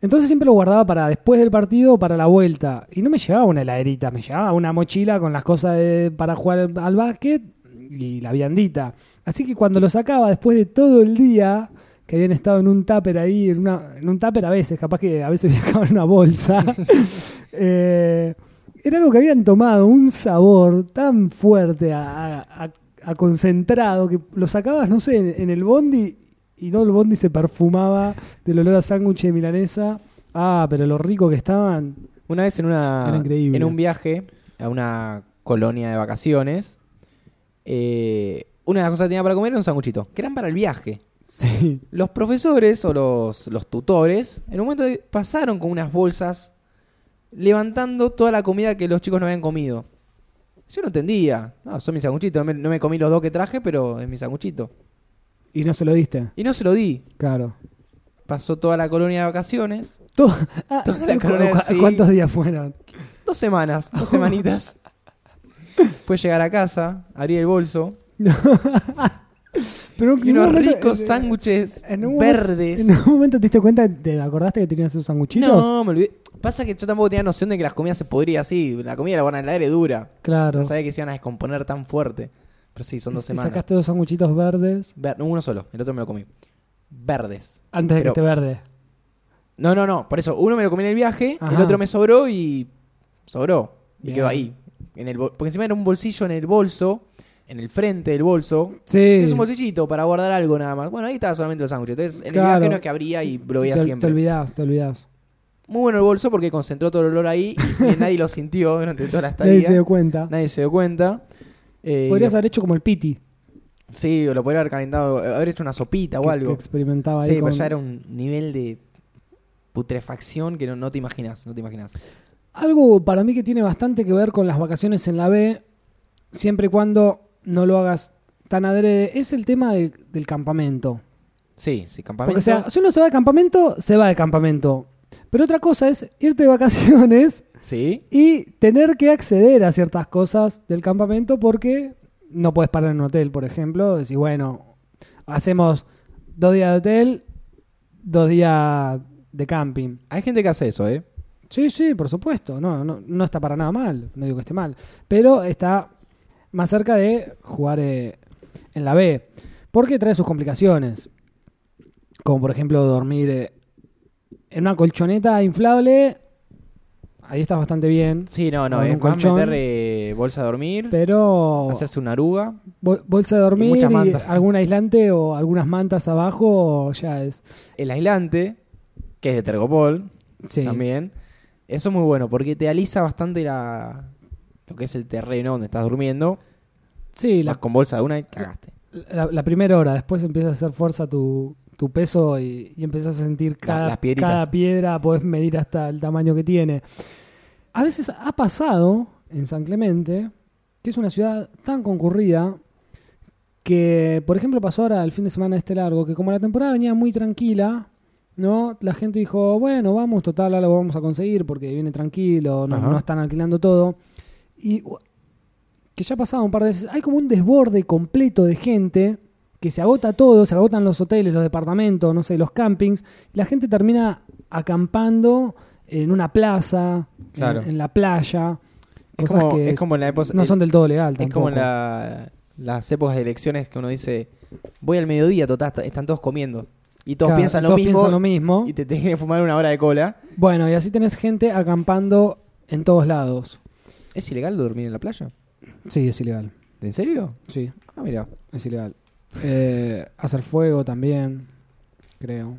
Entonces siempre lo guardaba para después del partido o para la vuelta. Y no me llevaba una heladerita, me llevaba una mochila con las cosas de- para jugar al, al básquet y la viandita. Así que cuando lo sacaba después de todo el día que habían estado en un tupper ahí, en, una- en un tupper a veces, capaz que a veces (laughs) viajaba en una bolsa, (laughs) eh, era algo que habían tomado un sabor tan fuerte a, a- a- a concentrado que lo sacabas, no sé, en, en el bondi y todo el bondi se perfumaba del olor a sándwich de milanesa. Ah, pero lo rico que estaban. Una vez en una Era increíble. en un viaje a una colonia de vacaciones, eh, una de las cosas que tenía para comer era un sanguchito, que eran para el viaje. Sí. Los profesores o los, los tutores, en un momento de- pasaron con unas bolsas levantando toda la comida que los chicos no habían comido. Yo no entendía. No, son mis sanguchitos. No me, no me comí los dos que traje, pero es mi sanguchito. Y no se lo diste. Y no se lo di. Claro. Pasó toda la colonia de vacaciones. (laughs) Todo- ah, Toda la ¿cu- colonia, cu- sí. ¿Cuántos días fueron? Dos semanas, (laughs) dos semanitas. Fue llegar a casa, abrir el bolso, Pero en un Y unos momento- ricos en- sándwiches eh, en un momen- verdes. ¿En algún momento te diste cuenta, te acordaste que tenías esos sanguchitos? No, me olvidé. Pasa que yo tampoco tenía noción de que las comidas se podría así. La comida la van al aire dura. Claro. No sabía que se iban a descomponer tan fuerte. Pero sí, son dos Y semanas. sacaste dos sanguchitos verdes Ver- no, uno solo, el otro me lo comí. Verdes. antes de Pero- que esté verde. No, no, no. Por eso, uno me lo comí en el viaje, el Ajá. otro me sobró y. sobró. Y Bien. quedó ahí. En el bol- Porque encima era un bolsillo en el bolso, en el frente del bolso. Sí. Es un bolsillito para guardar algo nada más. Bueno, ahí estaba solamente los sándwiches. Entonces, en el Claro. viaje no es que abría y lo veía te, te siempre. olvidás, te olvidás. Muy bueno el bolso porque concentró todo el olor ahí (laughs) y y nadie lo sintió durante toda la Nadie se estadía. dio cuenta. ¿eh? Nadie se dio cuenta. Eh, Podrías lo- haber hecho como el Piti, Sí, o lo podría haber calentado, haber hecho una sopita o que, que algo. experimentaba Sí, ahí. pero con- ya era un nivel de putrefacción que no, no te imaginas, no te imaginas. Algo para mí que tiene bastante que ver con las vacaciones en la B, siempre y cuando no lo hagas tan adrede, es el tema del- del campamento. Sí, sí, campamento. Porque, o sea, si uno se va de campamento, se va de campamento. Pero otra cosa es irte de vacaciones sí, y tener que acceder a ciertas cosas del campamento porque no puedes parar en un hotel, por ejemplo. Decir, bueno, hacemos dos días de hotel, dos días de camping. hay gente que hace eso, ¿eh? Sí, sí, por supuesto. No, no, no está para nada mal. No digo que esté mal. Pero está más cerca de jugar eh, en la B. Porque trae sus complicaciones. Como por ejemplo dormir eh, en una colchoneta inflable. Ahí estás bastante bien. Sí, no, no, Con es un más colchón. meter eh, bolsa a dormir, Pero hacerse una aruga. bol- bolsa de dormir, muchas y mantas. algún aislante o algunas mantas abajo ya es. El aislante, que es de Tergopol Sí. también. Eso es muy bueno porque te alisa bastante la lo que es el terreno donde estás durmiendo. Sí, la Vas con bolsa de una y cagaste. la, la primera hora, después empieza a hacer fuerza tu, tu peso y, y empiezas a sentir cada, las piedritas. cada piedra, podés medir hasta el tamaño que tiene. A veces ha pasado en San Clemente, que es una ciudad tan concurrida, que por ejemplo pasó ahora el fin de semana este largo, que como la temporada venía muy tranquila, ¿no? La gente dijo, bueno, vamos, total, algo vamos a conseguir porque viene tranquilo, no, Ajá. no están alquilando todo. Y u- que ya pasaba un par de veces, hay como un desborde completo de gente que se agota todo, se agotan los hoteles, los departamentos, no sé, los campings, y la gente termina acampando en una plaza, en- Claro. en, la playa, Es cosas como, que es como en la época. no son del todo legal Es tampoco. como en la- las épocas de elecciones que uno dice, voy al mediodía, total, están todos comiendo. Y todos, Claro, piensan, lo, todos mismo, piensan lo mismo. y te tienen que fumar una hora de cola. Bueno, y así tenés gente acampando en todos lados. ¿Es ilegal dormir en la playa? Sí, es ilegal. ¿En serio? Sí, Ah, mira. es ilegal. Eh, hacer fuego también, creo.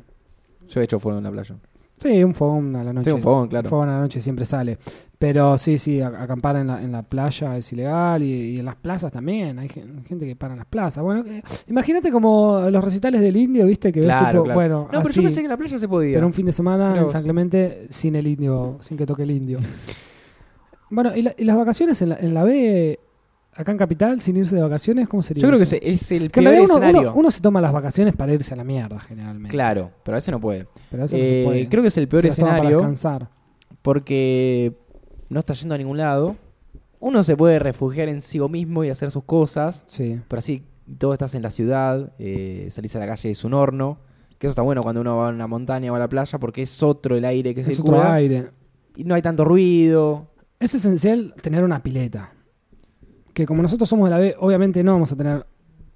Yo he hecho fuego en la playa. Sí, un fogón a la noche. Tengo un fogón, claro. Un fogón a la noche siempre sale. Pero sí, sí, a- acampar en la, en la playa es ilegal y, y en las plazas también. Hay gen- gente que para en las plazas. Bueno, que- imagínate como los recitales del indio, ¿viste? Que ves Claro, tipo, claro. bueno, No, pero así. yo pensé que en la playa se podía. Ah, Pero un fin de semana Mirá en vos. San Clemente sin el indio, sin que toque el (laughs) indio. bueno, y, la- y las vacaciones en la, en la B, acá en Capital, sin irse de vacaciones, ¿cómo sería? Yo creo que eso? ese es el Que en peor realidad uno, escenario. uno- uno se toma las vacaciones para irse a la mierda, generalmente. Claro, pero a veces no puede. Pero eso no Eh, se puede. Creo que es el Se peor las toma Para escenario descansar. porque no está yendo a ningún lado. Uno se puede refugiar en sí mismo y hacer sus cosas. Sí. Pero así, todo estás en la ciudad, eh, salís a la calle y es un horno. Que eso está bueno cuando uno va a una montaña o a la playa porque es otro el aire que Es se otro circula. aire. Y no hay tanto ruido. Es esencial tener una pileta. Que como nosotros somos de la B, obviamente no vamos a tener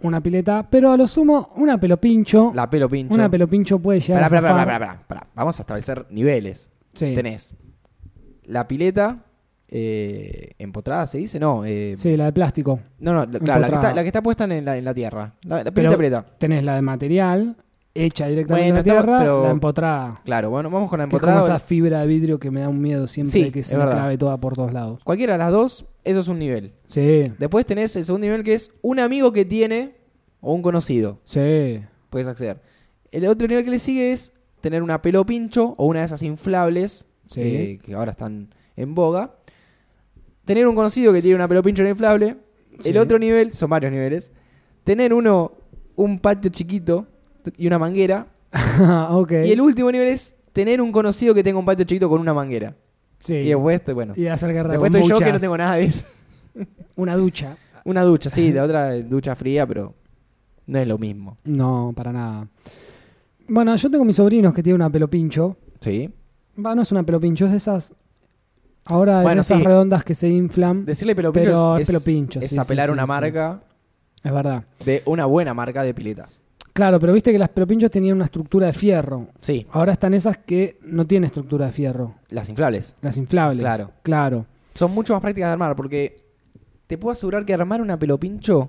una pileta, pero a lo sumo una pelopincho. La pelo pincho. Una pelopincho puede llegar Pará, a pará, pará, zafar. pará, pará, pará. Vamos a establecer niveles. Sí. Tenés la pileta eh, empotrada, ¿se dice? No, eh, Sí, la de plástico. no, no, la- claro, la que, Empotrada. está, la que está puesta en la, en la tierra. La, Pero- la pileta, pileta. Tenés la de material, hecha directamente Bueno, de la tierra, estamos- pero- la empotrada. Claro, bueno, vamos con la Que es como empotrada. esa fibra de vidrio que me da un miedo siempre Sí, de que se es me verdad. clave toda por todos lados. Cualquiera de las dos, eso es un nivel. Sí, Después tenés el segundo nivel que es un amigo que tiene o un conocido. sí. Puedes acceder. El otro nivel que le sigue es tener una pelo pincho o una de esas inflables Sí. eh, que ahora están en boga. Tener un conocido que tiene una pelo pincho inflable. El Sí. otro nivel, son varios niveles. Tener uno, un patio chiquito y una manguera. (laughs) ok. Y el último nivel es tener un conocido que tenga un patio chiquito con una manguera. Sí. Y después, te- bueno. Y de hacer guerra Después con estoy yo que no muchas. tengo nada de eso. Una ducha. Una ducha, sí, la otra eh, ducha fría, pero no es lo mismo. No, para nada. Bueno, yo tengo mis sobrinos que tienen una pelopincho. Sí. Va, no es una pelopincho, es de esas. Ahora Bueno, de esas sí. redondas que se inflan. Decirle pelo pincho Pero es, es pelo pincho, es sí, sí, apelar a sí, una sí. marca Es verdad. de una buena marca de piletas. Claro, pero viste que las pelopinchos tenían una estructura de fierro. Sí, Ahora están esas que no tienen estructura de fierro, las inflables. las inflables. Claro. Claro. Son mucho más prácticas de armar porque te puedo asegurar que armar una pelopincho.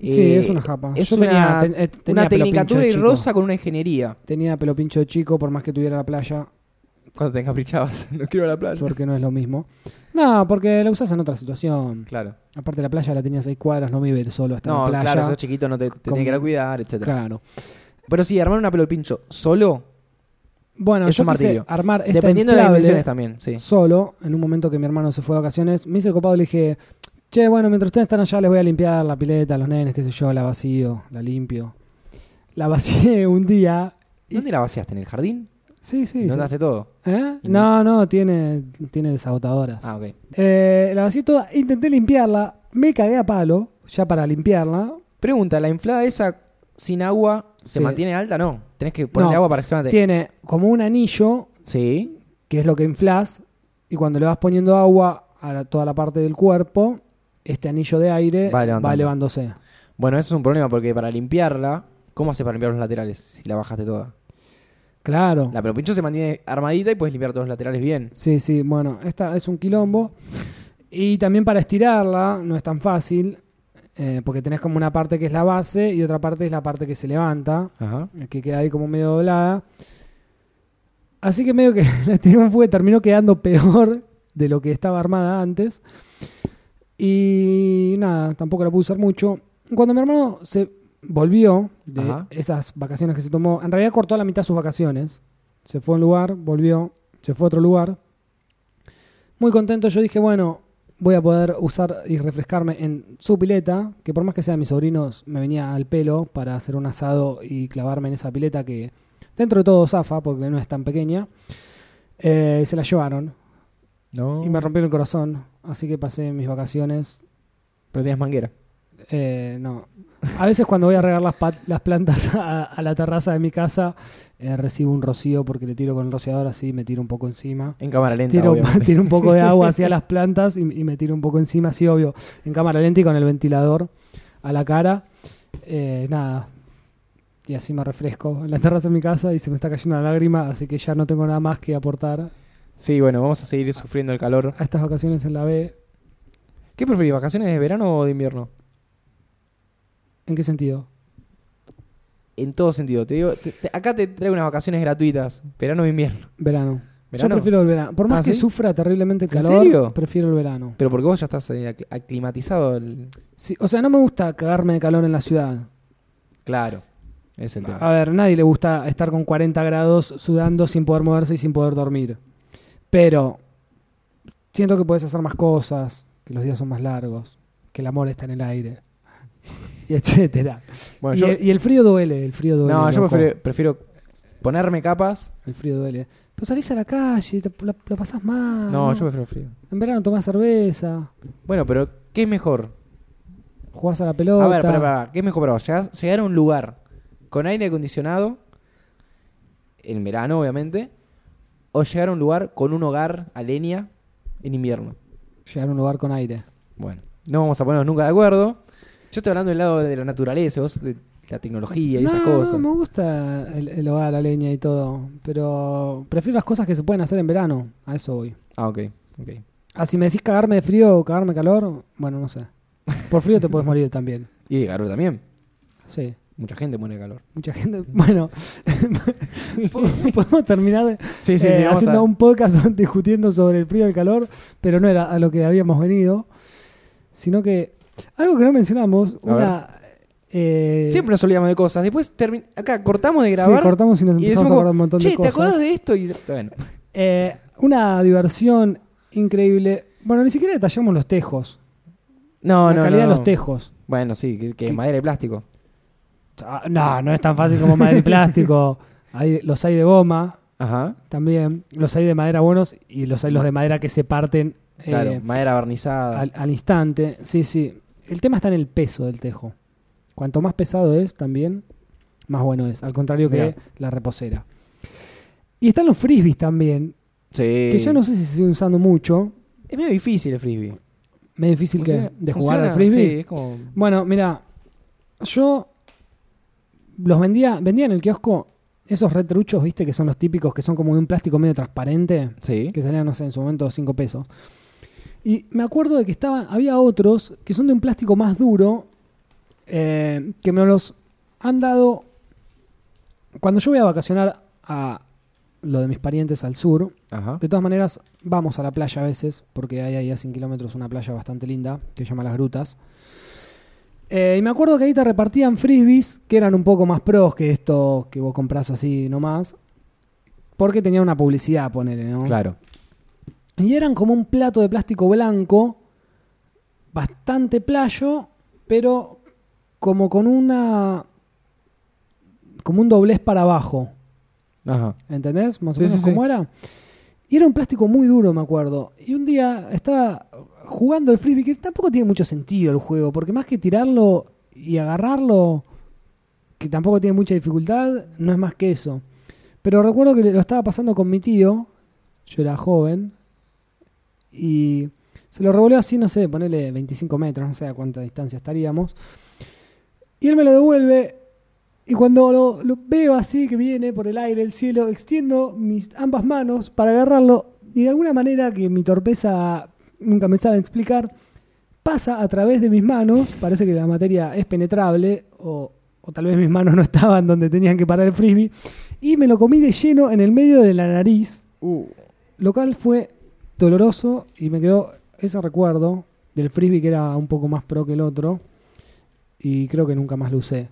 sí, eh, es una japa. Es Yo una, tenía, ten- eh, tenía una pelo tecnicatura pincho y chico. rosa con una ingeniería. Tenía pelo pincho chico, por más que tuviera la playa, Cuando te encaprichabas, (laughs) no quiero ir a la playa. porque no es lo mismo. No, porque la usas en otra situación. Claro. Aparte, la playa la tenía a seis cuadras, no me iba a ir solo hasta No, la playa. claro, sos chiquito, no te, te con- tiene que ir a cuidar, etc. Claro. Pero sí, armar una pelopincho solo, Bueno, Es yo un quise martirio. armar esta dependiendo de las inflable dimensiones también, sí. solo, en un momento que mi hermano se fue de vacaciones, me hice el copado y le dije, che, bueno, mientras ustedes están allá les voy a limpiar la pileta, los nenes, qué sé yo, la vacío, la limpio. La vacié (laughs) un día. y- ¿Dónde la vaciaste? ¿En el jardín? Sí, sí. ¿Dónde sí. andaste todo? ¿Eh? Y No, no, tiene, tiene desagotadoras. Ah, ok. Eh, la vacié toda, intenté limpiarla, me cagué a palo, ya para limpiarla. Pregunta, ¿la inflada esa sin agua se Sí. mantiene alta? No, tenés que ponerle No. agua para que se mantenga. Tiene como un anillo, Sí, que es lo que inflas, y cuando le vas poniendo agua a la- toda la parte del cuerpo, este anillo de aire Va va, levantando. elevándose. Bueno, eso es un problema porque para limpiarla, ¿cómo haces para limpiar los laterales si la bajaste toda? Claro. La pelopincho se mantiene armadita y puedes limpiar todos los laterales bien. Sí, sí, bueno, esta es un quilombo. Y también para estirarla no es tan fácil, eh, porque tenés como una parte que es la base y otra parte es la parte que se levanta. Ajá. que queda ahí como medio doblada. Así que medio que (laughs) la tiré un fuego terminó quedando peor de lo que estaba armada antes. Y nada, tampoco la pude usar mucho. Cuando mi hermano se volvió de Ajá. esas vacaciones que se tomó, en realidad cortó a la mitad sus vacaciones. Se fue a un lugar, volvió, se fue a otro lugar. Muy contento, yo dije, bueno, voy a poder usar y refrescarme en su pileta, que por más que sea de mis sobrinos, me venía al pelo para hacer un asado y clavarme en esa pileta que dentro de todo zafa, porque no es tan pequeña. Eh, se la llevaron No. y me rompieron el corazón, así que pasé mis vacaciones. Pero tenías manguera. eh, no. A veces cuando voy a regar las, pat- las plantas (laughs) a, a la terraza de mi casa, eh, recibo un rocío porque le tiro con el rociador así, me tiro un poco encima. En cámara lenta, Tiro, obviamente. tiro un poco de agua (laughs) hacia las plantas y, y me tiro un poco encima, así obvio, en cámara lenta y con el ventilador a la cara. Eh, nada. Y así me refresco en la terraza de mi casa y se me está cayendo la lágrima, así que ya no tengo nada más que aportar Sí, bueno, vamos a seguir sufriendo el calor. a estas vacaciones en la B. ¿Qué preferís, vacaciones de verano o de invierno? ¿En qué sentido? En todo sentido. Te digo, te- te- acá te traigo unas vacaciones gratuitas. Verano e invierno. Verano. ¿Verano? Yo prefiero el verano. Por más Ah, que ¿sí? sufra terriblemente el ¿En calor, serio? prefiero el verano. Pero porque vos ya estás eh, ac- aclimatizado. el- Sí, o sea, no me gusta cagarme de calor en la ciudad. Claro. Ah, Es el tema. A ver, nadie le gusta estar con 40 grados sudando sin poder moverse y sin poder dormir. Pero siento que puedes hacer más cosas, que los días son más largos, que el amor está en el aire, (laughs) y etcétera. Bueno, y, yo... el, y el frío duele, el frío duele. no, yo loco. prefiero, prefiero ponerme capas. El frío duele. Pero salís a la calle, te- la, la pasás mal. Ah, no, yo prefiero el frío. En verano tomás cerveza, Bueno, pero ¿qué es mejor? jugás a la pelota. A ver, pará, pará, ¿qué es mejor para vos? Llegás- llegar a un lugar con aire acondicionado, en verano obviamente, o llegar a un lugar con un hogar a leña en invierno. Llegar a un lugar con aire. Bueno, no vamos a ponernos nunca de acuerdo. Yo estoy hablando del lado de la naturaleza, vos de la tecnología y no, esas no, cosas. me gusta el, el hogar, la leña y todo. Pero prefiero las cosas que se pueden hacer en verano. A eso voy. Ah, ok, ok. Ah, si me decís cagarme de frío o cagarme de calor, bueno, no sé. Por frío te puedes morir también. Y de calor también. Sí, Mucha gente muere de (laughs) calor. mucha (laughs) gente. Bueno, po- podemos terminar Sí, eh, haciendo un podcast (laughs) discutiendo sobre el frío y el calor, pero no era a lo que habíamos venido. Sino que algo que no mencionamos, A una. eh, Siempre nos olvidamos de cosas. Después termin- acá cortamos de sí, grabar cortamos y nos y empezamos decimos a como, acordar un montón che, de ¿te cosas. acordás de esto? Y bueno, Eh, una diversión increíble. Bueno, ni siquiera detallamos los tejos. no, la no, calidad no, de no. los tejos. Bueno, sí, que, que es madera y plástico. Ah, no, no es tan fácil como madera y (laughs) plástico. Hay, los hay de goma Ajá. también. Los hay de madera buenos y los hay los de madera que se parten eh, Claro, madera barnizada. al, al instante. Sí, sí. El tema está en el peso del tejo. Cuanto más pesado es también, más bueno es. Al contrario que Mirá. la reposera. Y están los frisbees también, sí. que ya no sé si se siguen usando mucho. Es medio difícil el frisbee. Medio difícil que Funciona- de jugar al funciona, frisbee. Sí, es como. Bueno, mira, yo los vendía, vendía en el kiosco esos retruchos, viste, que son los típicos, que son como de un plástico medio transparente, Sí. que salían, no sé, en su momento 5 pesos. Y me acuerdo de que estaban, había otros que son de un plástico más duro, eh, que me los han dado cuando yo voy a vacacionar a lo de mis parientes al sur, Ajá. de todas maneras, vamos a la playa a veces, porque hay ahí a 100 kilómetros una playa bastante linda que se llama Las Grutas. Eh, y me acuerdo que ahí te repartían frisbees que eran un poco más pros que esto que vos comprás así nomás, porque tenía una publicidad, ponele, ¿no? Claro. Y eran como un plato de plástico blanco, bastante playo, pero como con una. como un doblez para abajo. Ajá. ¿Entendés? Más o Sí, menos sí, sí. cómo era. Y era un plástico muy duro, me acuerdo. Y un día estaba jugando el frisbee, que tampoco tiene mucho sentido el juego, porque más que tirarlo y agarrarlo, que tampoco tiene mucha dificultad, no es más que eso. Pero recuerdo que lo estaba pasando con mi tío, yo era joven, y se lo revolvió así, no sé, ponerle 25 metros, no sé a cuánta distancia estaríamos. Y él me lo devuelve y cuando lo, lo veo así que viene por el aire, el cielo, extiendo mis ambas manos para agarrarlo y de alguna manera que mi torpeza nunca me sabe explicar, pasa a través de mis manos, parece que la materia es penetrable o, o tal vez mis manos (laughs) no estaban donde tenían que parar el frisbee y me lo comí de lleno en el medio de la nariz, lo cual fue doloroso y me quedó ese recuerdo del frisbee que era un poco más pro que el otro y creo que nunca más lo usé.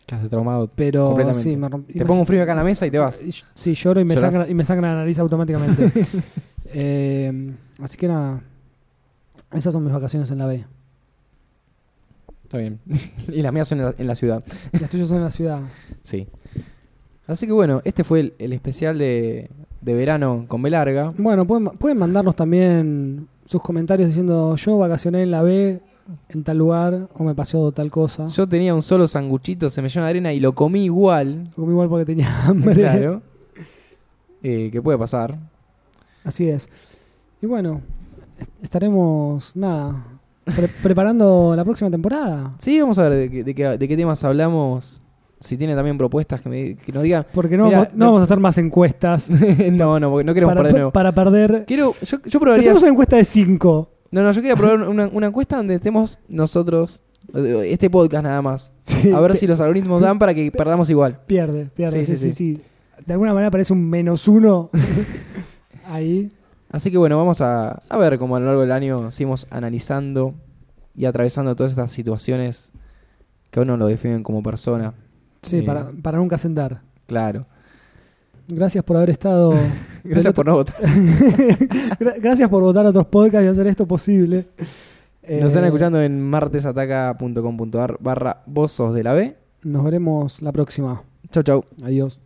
Estás traumado. Pero Completamente. sí, me rompí. Te pongo un frío acá en la mesa y te vas. Y- Sí, lloro y me, Llorás. sangra, y me sangra la nariz (laughs) automáticamente. Eh, así que nada. Esas son mis vacaciones en la B. Está bien. (laughs) y las mías son en la, en la ciudad. Las tuyas son en la ciudad. Sí. Así que bueno, este fue el, el especial de, de verano con B larga. Bueno, pueden, ma- pueden mandarnos también sus comentarios diciendo yo vacacioné en la B, en tal lugar, o me pasó tal cosa. Yo Yo tenía un solo sanguchito, se me llenó de arena y lo (laughs) comí igual. comí igual porque tenía hambre. Claro. Eh, que puede pasar. Así es. Y bueno, est- estaremos, nada, pre- preparando la próxima temporada. Sí, vamos a ver de, qué- de qué, de qué temas hablamos. Si tiene también propuestas que, me- que nos diga. (laughs) Porque no, Mirá, vamos, no no- vamos a hacer más (laughs) encuestas no, no, porque no queremos para, perder de nuevo. para perder. Quiero, yo, yo Si probaría. hacemos una encuesta de 5. No, no, yo quería probar una, una encuesta donde estemos nosotros, eh, este podcast nada más. Sí, (laughs) A ver pe- si los algoritmos dan para que perdamos igual. Pierde, pierde. Sí Sí, sí, sí, sí. De alguna manera parece un menos uno. (laughs) Ahí. Así que bueno, vamos a, a ver cómo a lo largo del año seguimos analizando y atravesando todas estas situaciones que a uno lo definen como persona. Sí, Eh, para, para nunca sentar. Claro. Gracias por haber estado. Gracias por no votar. (laughs) Gra- Gracias por votar a otros podcasts y hacer esto posible. Eh, Nos están escuchando en martesataca.com.ar barra bozos de la B. Nos veremos la próxima. Chau, chau. Adiós.